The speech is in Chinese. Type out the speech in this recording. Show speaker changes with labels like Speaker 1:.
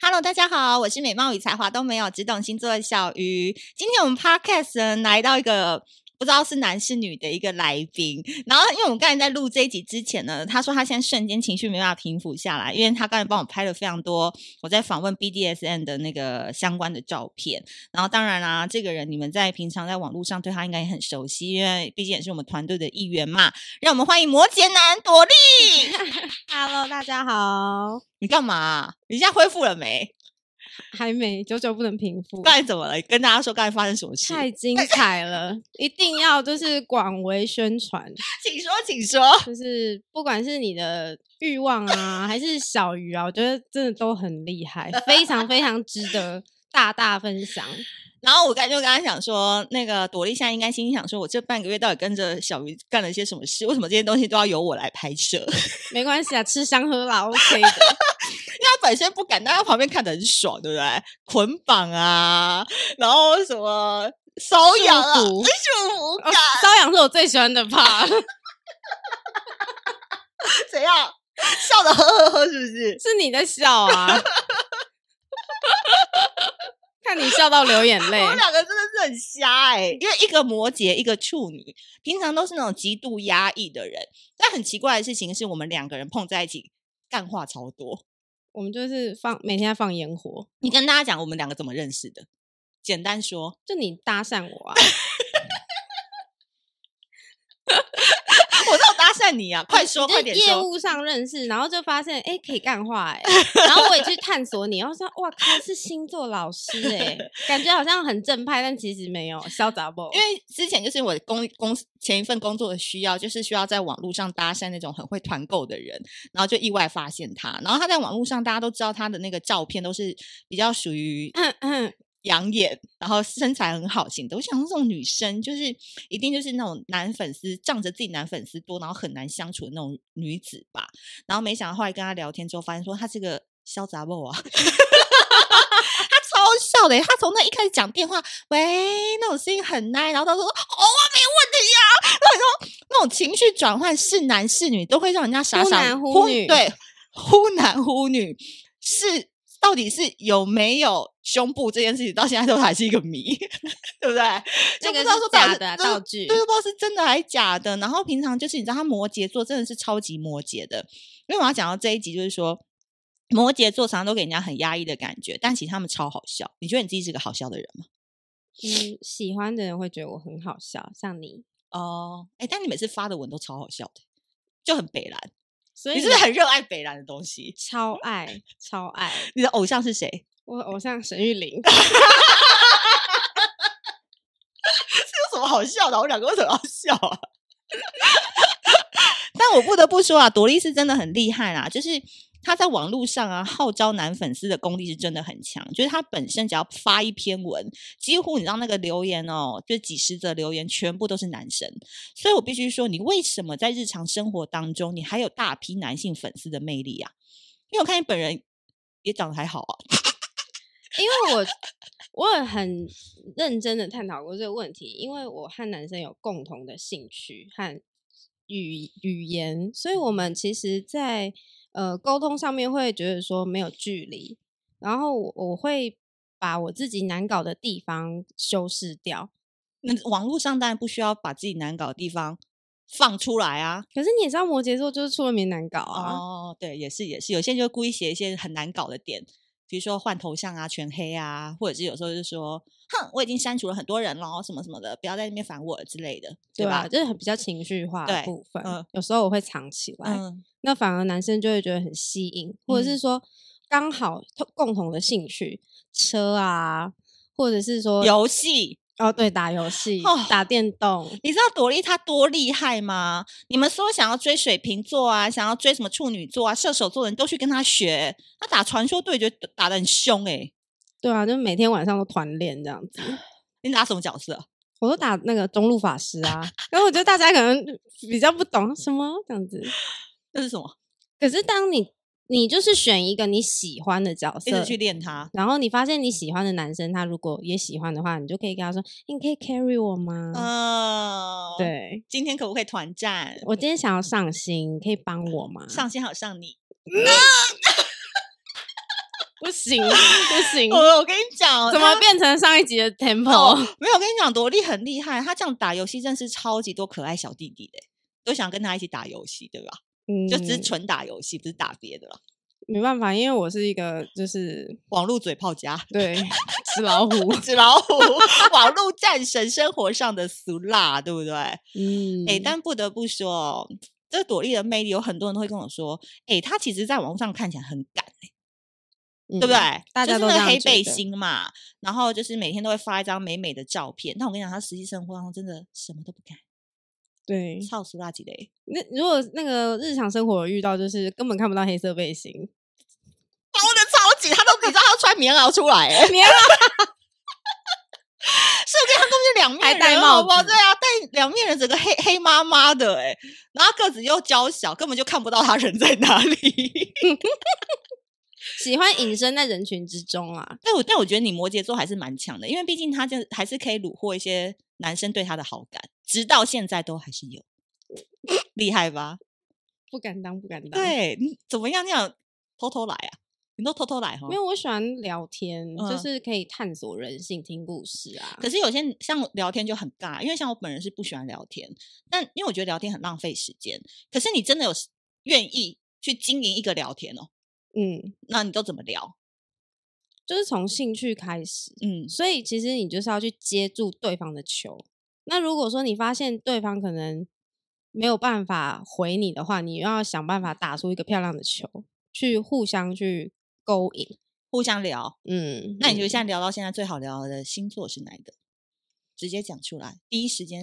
Speaker 1: Hello，大家好，我是美貌与才华都没有，只懂星座的小鱼。今天我们 Podcast 呢来到一个不知道是男是女的一个来宾，然后因为我们刚才在录这一集之前呢，他说他现在瞬间情绪没办法平复下来，因为他刚才帮我拍了非常多我在访问 BDSN 的那个相关的照片。然后当然啦、这个人你们在平常在网络上对他应该也很熟悉，因为毕竟也是我们团队的一员嘛。让我们欢迎摩羯男朵莉。
Speaker 2: Hello，大家好，
Speaker 1: 你干嘛啊、你现在恢复了没？
Speaker 2: 还没，久久不能平复，
Speaker 1: 刚才怎么了？跟大家说刚才发生什么事？
Speaker 2: 太精彩了，一定要就是广为宣传，
Speaker 1: 请说，请说。
Speaker 2: 就是不管是你的欲望啊，还是小鱼啊，我觉得真的都很厉害，非常非常值得大大分享。
Speaker 1: 然后我刚才就跟他讲说，那个朵莉现在应该心里想说，我这半个月到底跟着小鱼干了些什么事？为什么这些东西都要由我来拍摄？ 因为
Speaker 2: 没关系啊，吃香喝辣 OK 的，
Speaker 1: 他本身不敢，但他旁边看得很爽，对不对？捆绑啊，然后什么搔痒啊，
Speaker 2: 束缚
Speaker 1: 束缚感、
Speaker 2: 瘙痒是我最喜欢的 part，
Speaker 1: 怎样？笑的呵呵呵，是不是？
Speaker 2: 是你在笑啊。看你笑到流眼泪
Speaker 1: 我，们两个真的是很瞎哎、因为一个摩羯，一个处女，平常都是那种极度压抑的人。但很奇怪的事情是我们两个人碰在一起，干话超多。
Speaker 2: 我们就是放每天在放烟火，
Speaker 1: 你跟大家讲我们两个怎么认识的？简单说，
Speaker 2: 就你搭讪我啊，
Speaker 1: 我都有搭讪你啊！ 快说，
Speaker 2: 就
Speaker 1: 快点
Speaker 2: 业
Speaker 1: 说！
Speaker 2: 务上认识，然后就发现哎、诶可以干话 哎、然后我也去探索你，然后说哇靠是星座老师哎、 感觉好像很正派，但其实没有小杂不
Speaker 1: 因为之前就是我公公司前一份工作的需要，就是需要在网络上搭讪那种很会团购的人，然后就意外发现他。然后他在网络上，大家都知道他的那个照片都是比较属于
Speaker 2: 嗯
Speaker 1: 养眼，然后身材很好型的。我想说这种女生就是一定就是那种男粉丝仗着自己男粉丝多，然后很难相处的那种女子吧。然后没想到后来跟她聊天之后，发现说她是个小杂货啊。 她超笑的欸，她从那一开始讲电话，喂，那种声音很 nice，然后她说哦，我没问题呀、啊。然后你说那种情绪转换是男是女，都会让人家傻
Speaker 2: 忽
Speaker 1: 傻
Speaker 2: 男忽女
Speaker 1: 对，忽男忽女是到底是有没有胸部这件事情，到现在都还是一个谜， 对不对？就
Speaker 2: 这
Speaker 1: 不知
Speaker 2: 个是
Speaker 1: 道说到底
Speaker 2: 假
Speaker 1: 是
Speaker 2: 的啊
Speaker 1: 真的
Speaker 2: 道具
Speaker 1: 对，，都不知道是真的还是假的。然后平常就是你知道，他摩羯座真的是超级摩羯的，因为我要讲到这一集，就是说摩羯座常常都给人家很压抑的感觉，但其实他们超好笑。你觉得你自己是个好笑的人吗？
Speaker 2: 嗯，喜欢的人会觉得我很好笑，像你，
Speaker 1: 哦，哎，但你每次发的文都超好笑的，就很北蓝。
Speaker 2: 所以
Speaker 1: 你是不是很热爱北蓝的东西？
Speaker 2: 超爱超爱
Speaker 1: 你的偶像是谁？
Speaker 2: 我偶像沈玉琳，
Speaker 1: 这有什么好笑的？我们两个为什么要笑啊？ 但我不得不说啊，朵莉是真的很厉害啦，就是她在网络上啊号召男粉丝的功力是真的很强，就是她本身只要发一篇文，几乎你知道那个留言哦，就几十则留言全部都是男生，所以我必须说，你为什么在日常生活当中你还有大批男性粉丝的魅力啊？因为我看你本人也长得还好啊，
Speaker 2: 因为我我也很认真的探讨过这个问题，因为我和男生有共同的兴趣和语语言，所以我们其实在，呃沟通上面会觉得说没有距离，然后我我会把我自己难搞的地方修饰掉。
Speaker 1: 那网络上当然不需要把自己难搞的地方放出来啊，
Speaker 2: 可是你也知道，摩羯座就是出了名难搞啊，
Speaker 1: 哦，对，也是也是，有些人就故意写一些很难搞的点，比如说换头像啊、全黑啊，或者是有时候就说，哼，我已经删除了很多人了，什么什么的，不要在那边烦我了之类的，
Speaker 2: 对啊吧？
Speaker 1: 吧？
Speaker 2: 就是很比较情绪化的
Speaker 1: 对
Speaker 2: 部分，
Speaker 1: 嗯
Speaker 2: 有时候我会藏起来。
Speaker 1: 嗯，
Speaker 2: 那反而男生就会觉得很吸引，或
Speaker 1: 嗯
Speaker 2: 者是说刚好同共同的兴趣，车啊，或者是说
Speaker 1: 游戏，
Speaker 2: 哦对打游戏、
Speaker 1: 哦
Speaker 2: 打电动，
Speaker 1: 你知道朵莉她多厉害吗？你们说想要追水瓶座啊，想要追什么处女座啊、射手座的人都去跟她学，她打传说对决打得很凶诶、
Speaker 2: 对啊，就每天晚上都团练这样子。
Speaker 1: 你打什么角色啊？
Speaker 2: 我都打那个中路法师啊，然后我觉得大家可能比较不懂什么这样子。
Speaker 1: 那是什么？
Speaker 2: 可是当你你就是选一个你喜欢的角
Speaker 1: 一
Speaker 2: 色
Speaker 1: 直去练它。
Speaker 2: 然后你发现你喜欢的男生，他如果也喜欢的话，你就可以跟他说：“你可以 carry 我吗？”
Speaker 1: 嗯，。
Speaker 2: 对，
Speaker 1: 今天可不可以团战？
Speaker 2: 我今天想要上心，可以帮我吗？
Speaker 1: 上线好上你，
Speaker 2: 不行不行，
Speaker 1: 哦我我跟你讲，
Speaker 2: 怎么变成上一集的 tempo？、
Speaker 1: 哦，没有，我跟你讲，萝莉很厉害，她这样打游戏真是超级多可爱小弟弟的欸，都想跟她一起打游戏，对吧？
Speaker 2: 嗯
Speaker 1: 就只是纯打游戏，不是打别的了。
Speaker 2: 没办法，因为我是一个就是
Speaker 1: 网络嘴炮家，
Speaker 2: 对死老 虎，
Speaker 1: 纸老虎， 网络战神，生活上的俗辣，对不对？哎、
Speaker 2: 嗯，
Speaker 1: 但不得不说哦，这朵莉的魅力，有很多人都会跟我说，哎、她其实在网络上看起来很敢。
Speaker 2: 对
Speaker 1: 对不对？
Speaker 2: 嗯大
Speaker 1: 就
Speaker 2: 家
Speaker 1: 是
Speaker 2: 都
Speaker 1: 那
Speaker 2: 这
Speaker 1: 个
Speaker 2: 样
Speaker 1: 黑
Speaker 2: 觉
Speaker 1: 背
Speaker 2: 得
Speaker 1: 心嘛，然后就是每天都会发一张美美的照片。但我跟你讲，他实际生活上真的什么都不敢，
Speaker 2: 对，
Speaker 1: 超俗辣几嘞。
Speaker 2: 那如果那个日常生活遇到，就是根本看不到黑色 背心，
Speaker 1: 包的超紧，他都你知道他穿棉袄出来、欸，
Speaker 2: 棉袄
Speaker 1: 是不是？他根本就两面
Speaker 2: 还
Speaker 1: 人
Speaker 2: 戴
Speaker 1: 好
Speaker 2: 帽
Speaker 1: 不好
Speaker 2: 子
Speaker 1: 对啊，戴两面人，整个黑黑麻麻的、欸，然后个子又娇小，根本就看不到他人在哪里。
Speaker 2: 喜欢隐身在人群之中啊。
Speaker 1: 但我但我觉得你摩羯座还是蛮强的，因为毕竟他就还是可以虏获一些男生对他的好感，直到现在都还是有，厉害吧？
Speaker 2: 不敢当，不敢当。，
Speaker 1: 对，你怎么样？那样偷偷来啊？你都偷偷来哈？
Speaker 2: 因为。我喜欢聊天，就
Speaker 1: 嗯
Speaker 2: 是可以探索人性、听故事啊。
Speaker 1: 可是有些人像聊天就很尬，因为像我本人是不喜欢聊天，但因为我觉得聊天很浪费时间。可是你真的有时愿意去经营一个聊天哦？
Speaker 2: 嗯，
Speaker 1: 那你都怎么聊？
Speaker 2: 就是从兴趣开始，
Speaker 1: 嗯，
Speaker 2: 所以其实你就是要去接住对方的球。那如果说你发现对方可能没有办法回你的话，你要想办法打出一个漂亮的球，去互相去勾引。
Speaker 1: 互相聊。
Speaker 2: 嗯，
Speaker 1: 那你觉得
Speaker 2: 嗯
Speaker 1: 现在聊到现在最好聊的星座是哪一个？直接讲出来，第一时间